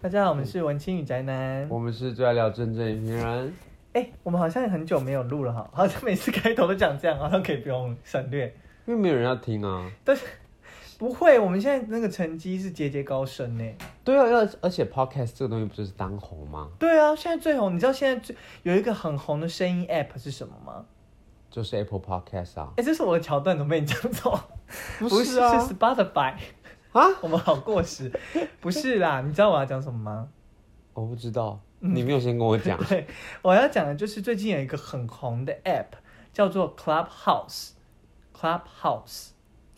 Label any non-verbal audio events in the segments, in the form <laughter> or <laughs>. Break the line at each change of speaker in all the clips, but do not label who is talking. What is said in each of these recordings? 大家好，我们是文青与宅男。
我们是最爱聊真正影评人，
哎、我们好像很久没有录了哈，好像每次开头都讲这样，好像可以不用省略。
因为没有人要听啊。
不会，我们现在那个成绩是节节高升呢。
对啊，要而且 podcast 这个东西不就是当红吗？
对啊，现在最红，你知道现在最有一个很红的声音 App 是什么吗？
就是 Apple Podcast 啊
哎、。这是我的桥段，怎么被你讲走？
<laughs> 不
是
是啊
是 Spotify。
啊，
我们好过时。
<laughs>
不是啦，你知道我要讲什么吗？
我不知道，你没有先跟我讲。
对，我要讲的就是最近有一个很红的 App，叫做 Clubhouse。Clubhouse。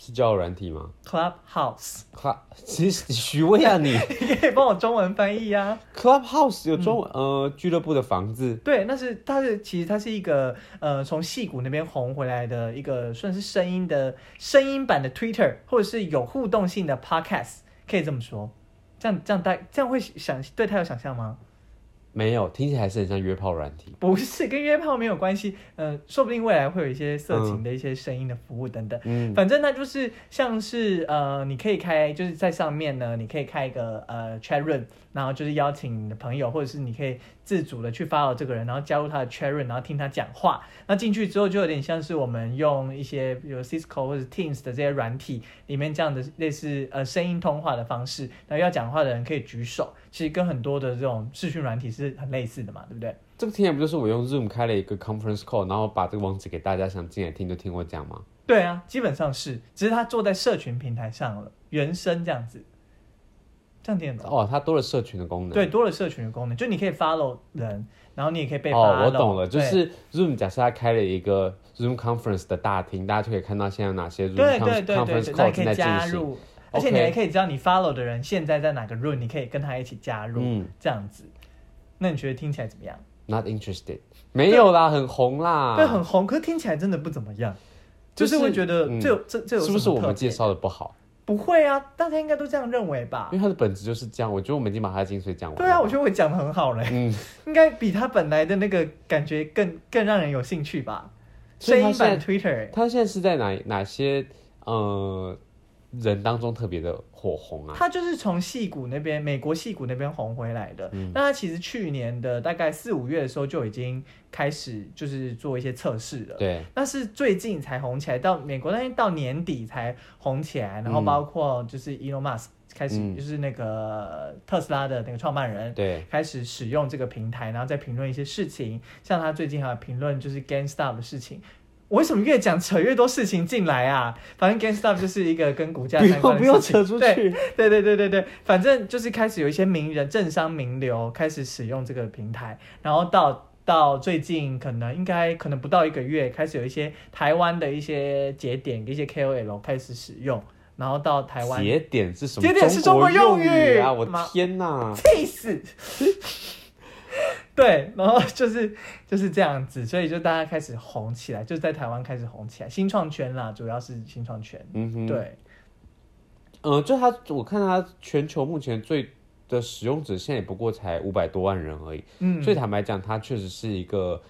是交友软体吗？
Clubhouse，
Club，其实徐薇啊 <laughs> 你
你可以帮我中文翻译啊。
，Clubhouse 有中文、呃俱乐部的房子，
对，那是它是其实它是一个呃从戏骨那边红回来的一个算是声音的声音版的 Twitter，或者是有互动性的 Podcast，可以这么说。这样这样大这样会想对他有想象吗？
没有，听起来还是很像约炮软体。
不是，跟约炮没有关系。呃，说不定未来会有一些色情的一些声音的服务等等。
嗯，
反正那就是像是呃，你可以开就是在上面呢，你可以开一个呃 chat room，然后就是邀请你的朋友，或者是你可以自主的去 follow 这个人，然后加入他的 chat room，然后听他讲话。那进去之后就有点像是我们用一些比如 Cisco 或者 Teams 的这些软体里面这样的类似呃声音通话的方式，然后要讲话的人可以举手，其实跟很多的这种视讯软体是很类似的嘛，对不对？
这个听起来不就是我用 Zoom 开了一个 conference call，然后把这个网址给大家，想进来听就听我讲吗？
对啊，基本上是，只是他坐在社群平台上了，原生这样子，这样听得懂？
哦，它多了社群的功能。
对，多了社群的功能，就你可以 follow 人，然后你也可以被 follow、
哦，我懂了，就
对
是 Zoom 假设它开了一个 Zoom conference 的大厅，大家就可以看到现在有哪些 Zoom
对
con-
对对对
conference
对，那
call
你
正
可
在
以加
进行。
入，而且你
OK
还可以知道你 follow 的人现在在哪个 room，你可以跟他一起加入，
嗯
这样子。那你觉得听起来怎么样？
Not interested，没有啦，很红啦。
对，很红，可是听起来真的不怎么样，就是
啊就是
会觉得
嗯
这有、这这有
是不是
什么
我
特
们
别
介？绍的不好？
不会啊，大家应该都这样认为吧
因为？它的本质就是这样。我觉得我们已经把它的精髓讲完了。
对啊，我觉得我讲的很好嘞。
嗯，
应该比他本来的那个感觉更更让人有兴趣吧？
所
声
以他
音版
现
Twitter，
它现在是在哪哪些呃人当中特别的火红啊？
他就是从戏谷那边，美国戏谷那边红回来的。
嗯
那他其实去年的大概四五月的时候就已经开始就是做一些测试了。
对，
那是最近才红起来，到美国那边到年底才红起来，然后
嗯
包括就是 Elon Musk 开始
嗯
就是那个呃特斯拉的那个创办人，
对，
开始使用这个平台，然后再评论一些事情，像他最近还有评论就是 GameStop 的事情。我为什么越讲扯越多事情进来啊？反正 GameStop 就是一个跟股价
不
相
要
关
不
的事
要 <laughs>
情。
扯出
对
去。
对对对对对，反正就是开始有一些名人、政商名流开始使用这个平台，然后到到最近可能应该可能不到一个月，开始有一些台湾的一些节点、一些 KOL 开始使用，然后到台湾
节点是什么？
节点是中国用
用
语
啊！我
妈
天哪！
气死！ <laughs> 对，然后就是就是这样子，所以就大家开始红起来，就是在台湾开始红起来，新创圈啦，主要是新创圈。
嗯哼。
对，
呃，就它，我看它全球目前最的使用者现在也不过才五百多万人而已，
嗯，
所以坦白讲，它确实是一个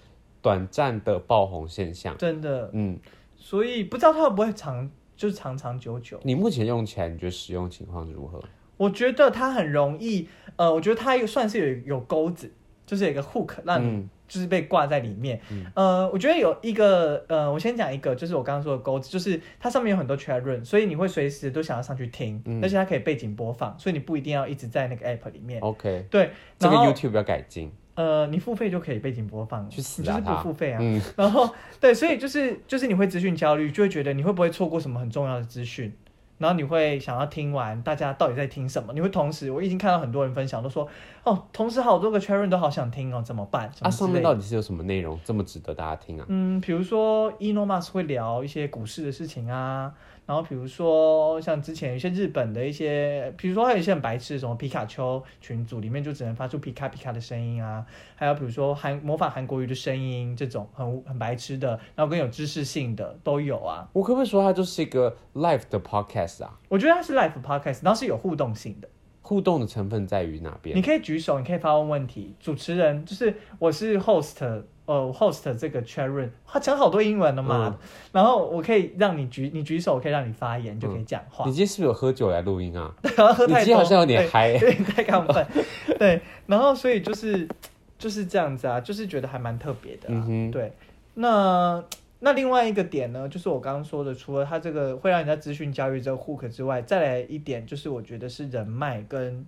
短暂的爆红现象。
真的，
嗯，
所以不知道它会不会长，就是长长久久。
你目前用起来，你觉得使用情况如何？
我觉得它很容易，呃，我觉得它又算是有有钩子，就是有一个 hook 让你
嗯
就是被挂在里面。呃，我觉得有一个呃，我先讲一个，就是我刚刚说的钩子，就是它上面有很多 chat room，所以你会随时都想要上去听，
嗯
而且它可以背景播放，所以你不一定要一直在那个 app 里面。
，OK，
对，
这
然
个
后
YouTube 要改进。
呃，你付费就可以背景播放了，
去死
你就是
啊
不
他
付费啊。
嗯，
然后对，所以就是就是你会资讯焦虑，就会觉得你会不会错过什么很重要的资讯，然后你会想要听完大家到底在听什么，你会同时我已经看到很多人分享都说，哦，同时好多个 c h a r o n 都好想听哦，怎么办？什
啊，
么之
上面
类的
到底是有什么内容这么值得大家听啊？
嗯，比如说 Elon Musk 会聊一些股市的事情啊，然后比如说像之前有一些日本的一些，比如说还有一些很白痴的什么皮卡丘群组里面就只能发出皮卡皮卡的声音啊，还有比如说韩模仿韩国语的声音这种很很白痴的，然后跟有知识性的都有啊。
我可不可以说它就是一个 live 的 podcast 啊？
我觉得它是 live podcast，然后是有互动性的，
互动的成分在于哪边？
你可以举手，你可以发问问题。主持人就是我是 host，呃，host 这个 c h a r o n 他讲好多英文的嘛，
嗯
然后我可以让你举，你举手，我可以让你发言，你就可以讲话
你。今天是不是有喝酒来录音啊？
然啊后喝
嗯你
太
今天
多，
好像有点
对 <laughs>
嗨、
对，太亢奋，对，然后所以就是就是这样子啊，就是觉得还蛮特别的、啊
嗯哼
对，那那另外一个点呢，就是我刚刚说的，除了它这个会让人家资讯教育这个 hook 之外，再来一点就是我觉得是人脉跟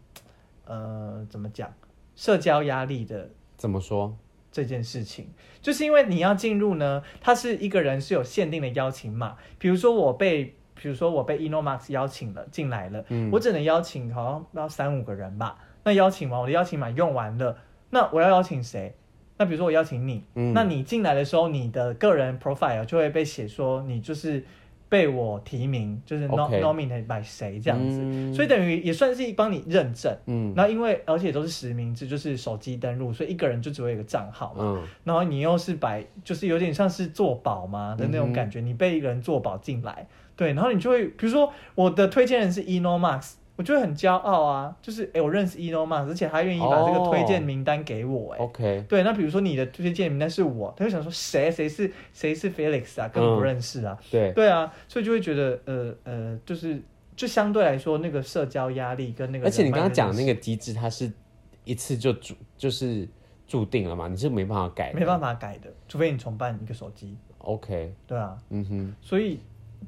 呃怎么讲社交压力的
怎么说？
这件事情，就是因为你要进入呢，它是一个人是有限定的邀请码，比如说我被。比如说我被 Inomax 邀请了进来了，
嗯
我只能邀请好像要三五个人吧。那邀请完，我的邀请码用完了，那我要邀请谁？那比如说我邀请你，
嗯
那你进来的时候，你的个人 profile 就会被写说你就是被我提名，就是 nom
OK
nominated by 谁这样子，
嗯
所以等于也算是帮你认证。
嗯
那因为而且都是实名制，就是手机登录，所以一个人就只会有一个账号嘛。
嗯
然后你又是摆，就是有点像是做保嘛的那
嗯
种感觉，你被一个人做保进来，对，然后你就会，比如说我的推荐人是 Enomax，我就会很骄傲啊，就是哎、诶我认识 Enomax，而且他愿意把这个
哦
推荐名单给我、诶
，OK，
对，那比如说你的推荐名单是我，他就想说谁谁是谁是 Felix 啊，根本不
嗯
认识啊，
对，
对啊，所以就会觉得呃呃，就是就相对来说那个社交压力跟那个，
而且你刚刚讲那
个
个机制，它是一次就注就是注定了嘛，你是没办法改的，
没办法改的，除非你重办一个手机，
OK，
对啊，
嗯哼，
所以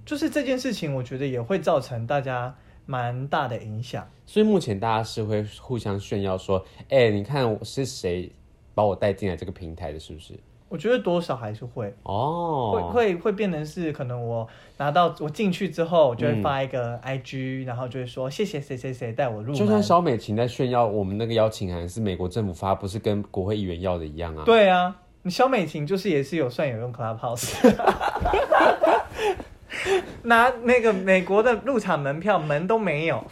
就是这件事情，我觉得也会造成大家蛮大的影响。
所以目前大家是会互相炫耀说，哎、你看我是谁把我带进来这个平台的，是不是？
我觉得多少还是会。会
哦，
会会变成是可能我拿到我进去之后，我就会
嗯
发一个 IG，、然后就会说谢谢谁谁谁带我入
就像
门。
肖美琴在炫耀我们那个邀请函是美国政府发，不是跟国会议员要的一样啊？
对啊，你肖美琴就是也是有算有用 Clubhouse，拿那个美国的入场门票门都没有，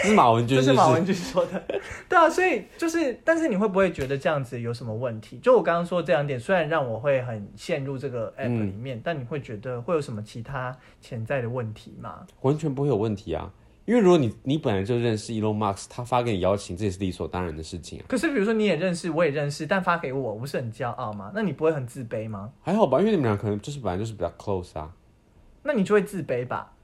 这是马文君
这
是
是
不
马
是？
文君说的， <laughs> 对啊，所以就是，但是你会不会觉得这样子有什么问题？就我刚刚说这两点，虽然让我会很陷入这个 app
嗯
里面，但你会觉得会有什么其他潜在的问题吗？
完全不会有问题啊，因为如果你你本来就认识 Elon Musk，他发给你邀请，这也是理所当然的事情啊。
可是比如说你也认识，我也认识，但发给我，我不是很骄傲吗？那你不会很自卑吗？
还好吧，因为你们俩可能就是本来就是比较 close 啊。
那你就会自卑吧？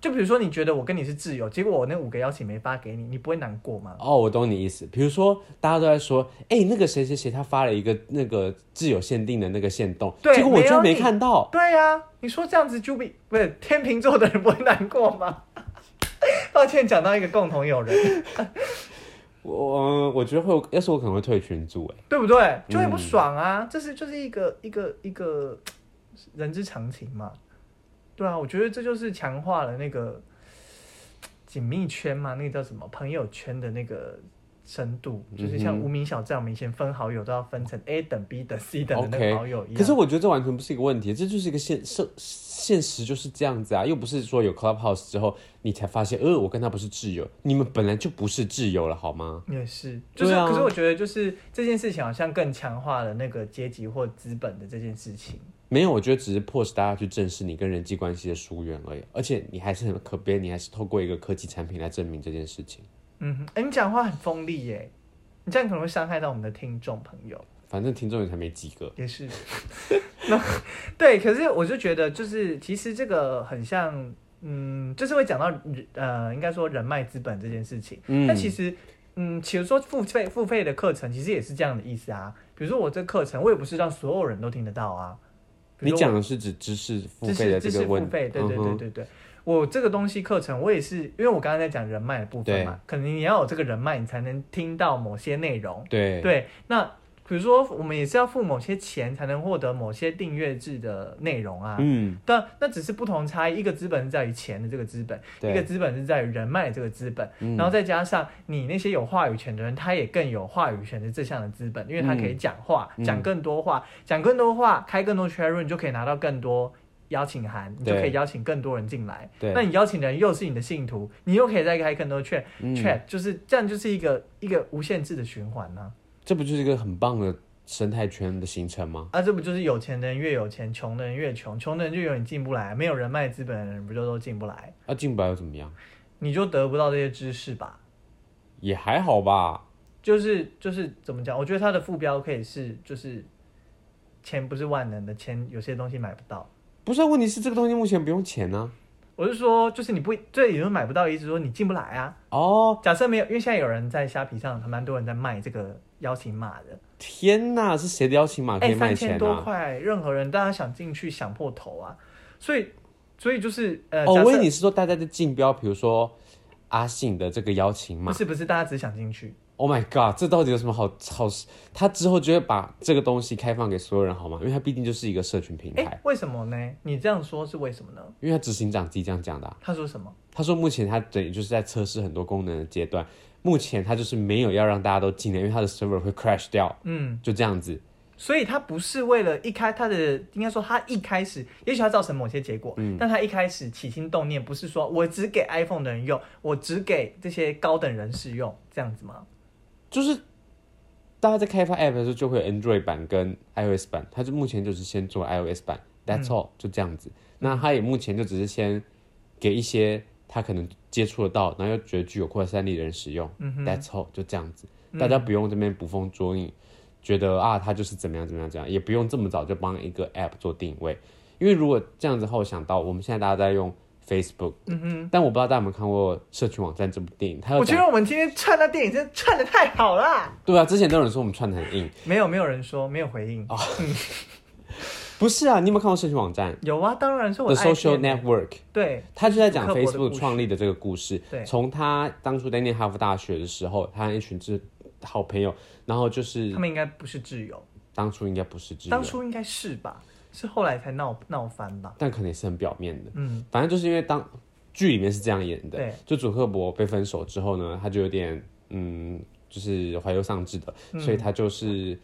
就比如说你觉得我跟你是挚友，结果我那五个邀请没发给你，你不会难过吗？
哦，我懂你意思。比如说，大家都在说，哎、那个谁谁谁他发了一个那个自有限定的那个限动，
对
结果我居然
没有
没
你
看到。
对呀、你说这样子就比不是天秤座的人不会难过吗？ <laughs> 抱歉，讲到一个共同友人。
我我我觉得会有，要是我可能会退群组、哎，
对不对？就会不爽啊！这是就是一个一个一个人之常情嘛。对啊，我觉得这就是强化了那个紧密圈嘛，那个叫什么朋友圈的那个深度，就是像
嗯哼
无名小站，我们以前分好友都要分成 A 等、B 等、C 等的那
OK
个好友一样。
可是我觉得这完全不是一个问题，这就是一个现现现实就是这样子啊，又不是说有 Clubhouse 之后你才发现，呃，我跟他不是挚友，你们本来就不是挚友了，好吗？
也是，就是、
对啊
可是我觉得就是这件事情好像更强化了那个阶级或资本的这件事情。
没有，我觉得只是迫使大家去正视你跟人际关系的疏远而已，而且你还是很可悲，你还是透过一个科技产品来证明这件事情。
嗯哼，哎，你讲话很锋利耶，你这样可能会伤害到我们的听众朋友。
反正听众也才没几个，
也是。 <laughs> 那对，可是我就觉得，就是其实这个很像，嗯，就是会讲到人呃，应该说人脉资本这件事情。
嗯
但其实，嗯，比如说付费付费的课程，其实也是这样的意思啊。比如说我这课程，我也不是让所有人都听得到啊。比
你
如说我
讲的是指知识付
知
费
识
的
知
这
识
个问
付费，对对
嗯
对
哼
对对。我这个东西课程，我也是，因为我刚刚在讲人脉的部分嘛，可能你要有这个人脉，你才能听到某些内容。
对
对，那比如说我们也是要付某些钱才能获得某些订阅制的内容啊。
嗯，
但那只是不同差异，一个资本是在于钱的这个资本，
对
一个资本是在于人脉的这个资本，
嗯
然后再加上你那些有话语权的人，他也更有话语权的这项的资本，因为他可以讲话，
嗯
讲更多话，讲更多话，开更多 share room，你就可以拿到更多邀请函，你就
对
可以邀请更多人进来。
对
那你邀请的人又是你的信徒，你又可以再开更多 chat、
嗯
chat，就是这样，就是一个一个无限制的循环啊呢、
这不就是一个很棒的生态圈的形成吗？
啊，这不就是有钱的人越有钱，穷的人越穷，穷的人就永远进不来，没有人脉资本的人不就都进不来，
啊，进不来又怎么样？
你就得不到这些知识吧？
也还好吧。
就是就是怎么讲？我觉得它的副标可以是就是钱不是万能的，钱有些东西买不到。
不是、啊，问题是这个东西目前不用钱呢、
我是说，就是你不这也就是买不到，意思说你进不来啊。
哦，
假设没有，因为现在有人在虾皮上，还蛮多人在卖这个邀请码的，
啊天哪，是谁的邀请码可
哎、
以卖
三
钱
千
啊
多？块，任何人大家想进去想破头啊。所以所以就是呃，
哦，
假
我以为
设
你是说大家的竞标，比如说阿信的这个邀请
不
码。
是不是，大家只想进去。
Oh my god，这到底有什么好好？他之后就会把这个东西开放给所有人，好吗？因为它毕竟就是一个社群平
哎、
台。
为什么呢？你这样说是为什么呢？
因为他执行长自己这样讲的啊、
他说什么？
他说目前他等于就是在测试很多功能的阶段，目前他就是没有要让大家都进来，因为他的 server 会 crash 掉，
嗯，
就这样子。
所以他不是为了一开他的，应该说他一开始，也许他造成某些结果，
嗯
但他一开始起心动念不是说我只给 iPhone 的人用，我只给这些高等人士用，这样子吗？
就是大家在开发 app 的时候就会有 Android 版跟 iOS 版，他就目前就是先做 iOS 版，That's
嗯
all，、就这样子。那他也目前就只是先给一些他可能接触得到，然后又觉得具有扩散力的人使用、
嗯
t h a t s all，就这样子。大家不用这边捕风捉影，觉得啊他就是怎么样怎么样怎么样，也不用这么早就帮一个 app 做定位，因为如果这样子的话，我想到我们现在大家在用 Facebook，
嗯哼，
但我不知道大家有没有看过《社群网站》这部电影，它有
我觉
讲
得我们今天串那电影真的串的太好啦！
对啊，之前都有人说我们串的很硬。
没有，没有人说，没有回应。
啊不是啊，你有没有看过社群网站
有啊，当然是我
The
的爱
Social
片
Network？
对，
他就在讲
祖克伯的故
Facebook
事
创立的这个故事
对。
从他当初在念哈佛大学的时候，他和一群志好朋友，然后就是
他们应该不是挚友，
当初应该不嗯是挚
当
友，
初应该是吧？是后来才闹闹翻吧？
但可能也是很表面的。
嗯，
反正就是因为当剧里面是这样演的
对，
就祖克伯被分手之后呢，他就有点嗯，就是怀忧丧志的，
嗯
所以他就是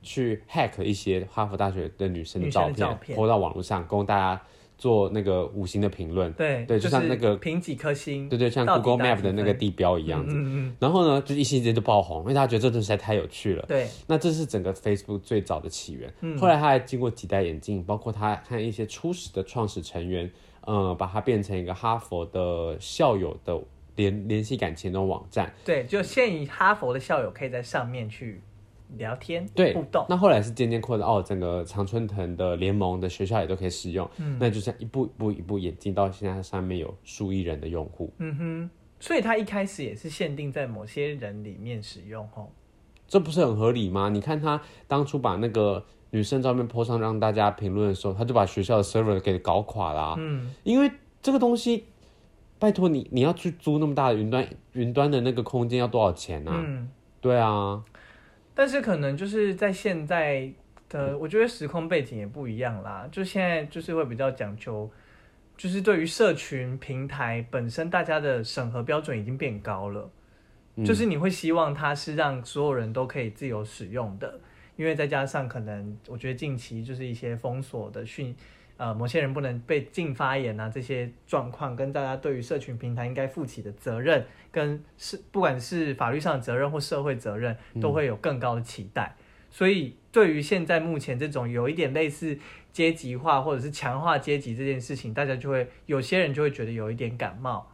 去 hack 一些哈佛大学的女生的
女生
照
的
片，
照片
po 到网络上，供大家做那个五星的评论。
对
对，
就
就像那个
是评几颗星，
对对，像
到底
Google
打
Map
几
的那个
分
地标一样子。
嗯嗯
然后呢，就一夕之间就爆红，因为大家觉得这东西实在太有趣了
嗯，。对，
那这是整个 Facebook 最早的起源。
嗯
后来它还经过几代演进，包括它和一些初始的创始成员，呃，把它变成一个哈佛的校友的联联系感情的网站。
对，就现以哈佛的校友可以在上面去聊天、
对
互动。
那后来是渐渐扩展哦，整个常春藤的联盟的学校也都可以使用。
嗯
那就这样一步一步一步演进到现在，它上面有数亿人的用户。
嗯哼，所以它一开始也是限定在某些人里面使用哦。
这不是很合理吗？你看他当初把那个女生照片 po 上让大家评论的时候，他就把学校的 server 给搞垮啦、
嗯，
因为这个东西，拜托你，你要去租那么大的云端，云端的那个空间要多少钱啊？
嗯，
对啊，
但是可能就是在现在的，我觉得时空背景也不一样啦。就现在就是会比较讲究，就是对于社群平台本身，大家的审核标准已经变高了。
嗯
就是你会希望它是让所有人都可以自由使用的，因为再加上可能我觉得近期就是一些封锁的讯，呃，某些人不能被禁发言啊这些状况，跟大家对于社群平台应该负起的责任，跟是不管是法律上的责任或社会责任，都会有更高的期待。所以，对于现在目前这种有一点类似阶级化或者是强化阶级这件事情，大家就会有些人就会觉得有一点感冒。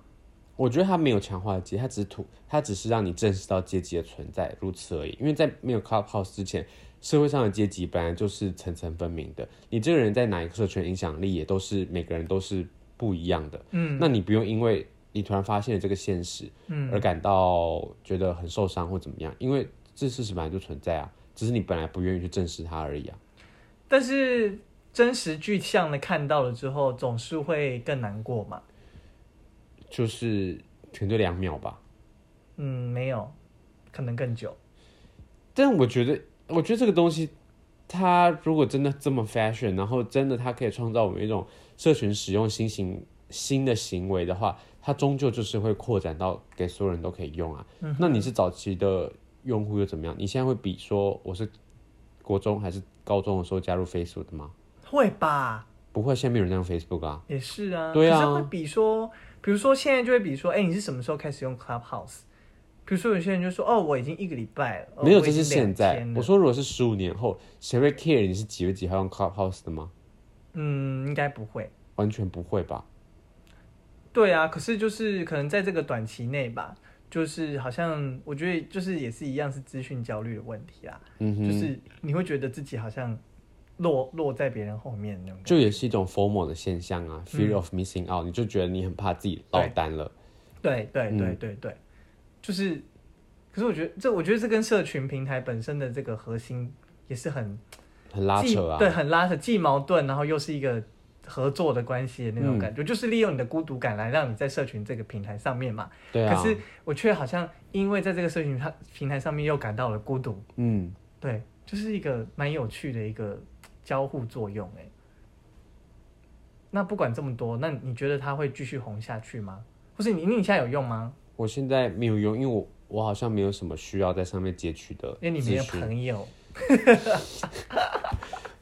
我觉得他没有强化阶级，他只是突，他只是让你正视到阶级的存在，如此而已。因为在没有 Clubhouse 之前，社会上的阶级本来就是层层分明的，你这个人在哪一个社群影响力，也都是每个人都是不一样的。
嗯
那你不用因为你突然发现了这个现实，
嗯，
而感到觉得很受伤或怎么样，因为这事实本来就存在啊，只是你本来不愿意去正视它而已啊。
但是真实具象的看到了之后，总是会更难过嘛。
就是全队两秒吧，
嗯，没有，可能更久。
但我觉得，我觉得这个东西，它如果真的这么 fashion，然后真的它可以创造我们一种社群使用新型新的行为的话，它终究就是会扩展到给所有人都可以用啊。
嗯
那你是早期的用户又怎么样？你现在会比说我是国中还是高中的时候加入 Facebook 的吗？
会吧？
不会，现在没有人在用 Facebook 啊。
也是啊。
对啊
可是会比说，比如说现在就会比说，哎、你是什么时候开始用 Clubhouse？比如说有些人就说，哦，我已经一个礼拜了。哦
没有，
我
这
已经
是现在
两天。了
我说，如果是十五年后，谁会 care 你是几月几号用 Clubhouse 的吗？
嗯，应该不会。
完全不会吧？
对啊，可是就是可能在这个短期内吧，就是好像我觉得就是也是一样是资讯焦虑的问题啦，
嗯哼，
就是你会觉得自己好像落落在别人后面那种感觉。
就也是一种 formal 的现象啊，fear
嗯
of missing out，、你就觉得你很怕自己落单了。
对对
嗯
对对对，就是，可是我觉得这我觉得这跟社群平台本身的这个核心也是很
很拉
既
扯啊，
对，很拉扯，既矛盾，然后又是一个合作的关系的那种感
嗯
觉，就是利用你的孤独感来让你在社群这个平台上面嘛。
对啊，
可是我却好像因为在这个社群上平台上面又感到了孤独，
嗯，
对，就是一个蛮有趣的一个交互作用哎、那不管这么多，那你觉得它会继续红下去吗？或是你你现在有用吗？
我现在没有用，因为我我好像没有什么需要在上面截取的
因为你没
资
有
讯。
朋友，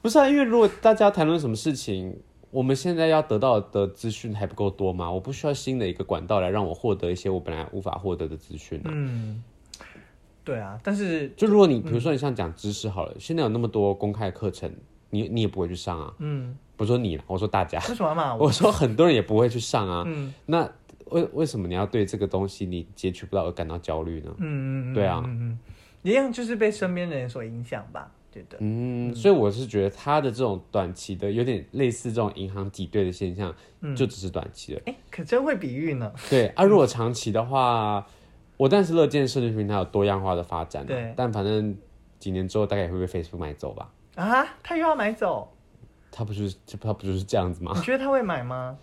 不是啊，因为如果大家谈论什么事情，我们现在要得到的资讯还不够多吗？我不需要新的一个管道来让我获得一些我本来无法获得的资讯啊。
嗯，对啊，但是
就如果你比如说你像讲知识好了，现在有那么多公开课程，你你也不会去上啊。
嗯，
不是说你啦，我说大家，
为什么嘛？
我说很多人也不会去上啊。
啊嗯。
那为为什么你要对这个东西你截取不到而感到焦虑呢？
嗯嗯，嗯
对啊，
嗯嗯，一样就是被身边的人所影响吧，觉得，
嗯，所以我是觉得他的这种短期的，有点类似这种银行挤兑的现象，
嗯，
就只是短期的。
哎、可真会比喻呢，
对啊，如果长期的话，我但是乐见社群平台有多样化的发展、啊。
对
但反正几年之后大概也会被 Facebook 买走吧。
啊，他又要买走，
他不就是他不就是这样子吗？
你觉得他会买吗？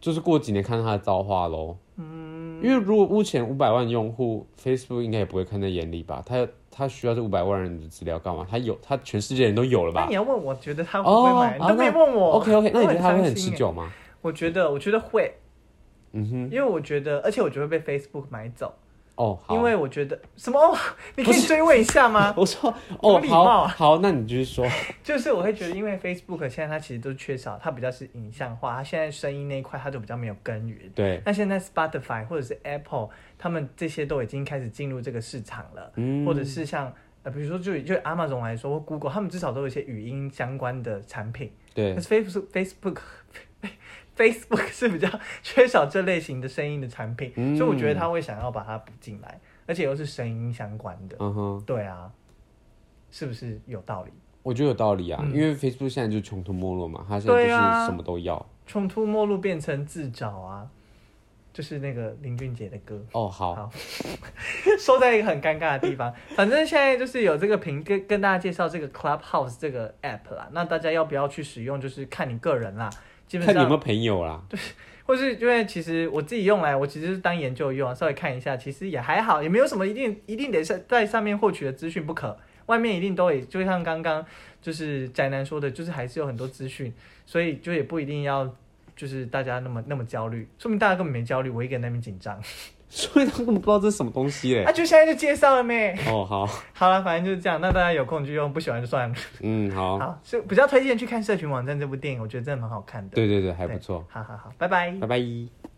就是过几年看他的造化喽。嗯，因为如果目前五百万用户，Facebook 应该也不会看在眼里吧？他他需要这五百万人的资料干嘛？他有，他全世界人都有了
那
吧
你要问我觉得他会不会买，
哦
你都没问我。
？OK OK，那你
我
觉得他会很
伤
持
心
久吗？
哎？我觉得，我觉得会，
嗯哼，
因为我觉得，而且我觉得被 Facebook 买走，
哦，好。
因为我觉得什么？哦你可以追问一下吗？<laughs>
<laughs> 我说
有
哦，
礼貌
好
啊
好，那你继续说。 <laughs>
就是我会觉得，因为 Facebook 现在它其实都缺少，它比较是影像化，它现在声音那一块它就比较没有根源。
对，
那现在 Spotify 或者是 Apple，他们这些都已经开始进入这个市场了，
嗯，
或者是像呃，比如说就就 Amazon 来说或 Google，他们至少都有一些语音相关的产品。
对
但，是 Facebook Facebook <laughs> Facebook 是比较缺少这类型的声音的产品，
嗯
所以我觉得他会想要把它补进来，而且又是声音相关的。
嗯哼。
对啊，是不是有道理？
我觉得有道理啊，
嗯
因为 Facebook 现在就穷途末路嘛，它现在就是
对啊
什么都要。
穷途末路变成自找啊，就是那个林俊杰的歌。
哦，好，
好， <laughs> 说在一个很尴尬的地方。 <laughs> 反正现在就是有这个屏跟跟大家介绍这个 Clubhouse 这个 app 啦，那大家要不要去使用，就是看你个人啦。基本
看你有没
上，
有朋友啦。
或是因为其实我自己用来，我其实是当研究用啊，稍微看一下，其实也还好，也没有什么一定一定得是在上面获取的资讯不可。外面一定都也就像刚刚就是宅男说的，就是还是有很多资讯，所以就也不一定要就是大家那么那么焦虑，说明大家根本没焦虑，我一个人在那边紧张。
<laughs> 所以他根本不知道这是什么东西嘞
啊，。就现在就介绍了没？
哦，好，
好了，反正就是这样。那大家有空就用，不喜欢就算了。
嗯，好，
好，是比较推荐去看《社群网站》这部电影，我觉得真的蛮好看的。，
对对对，还不错，
好好好，拜拜。
拜拜。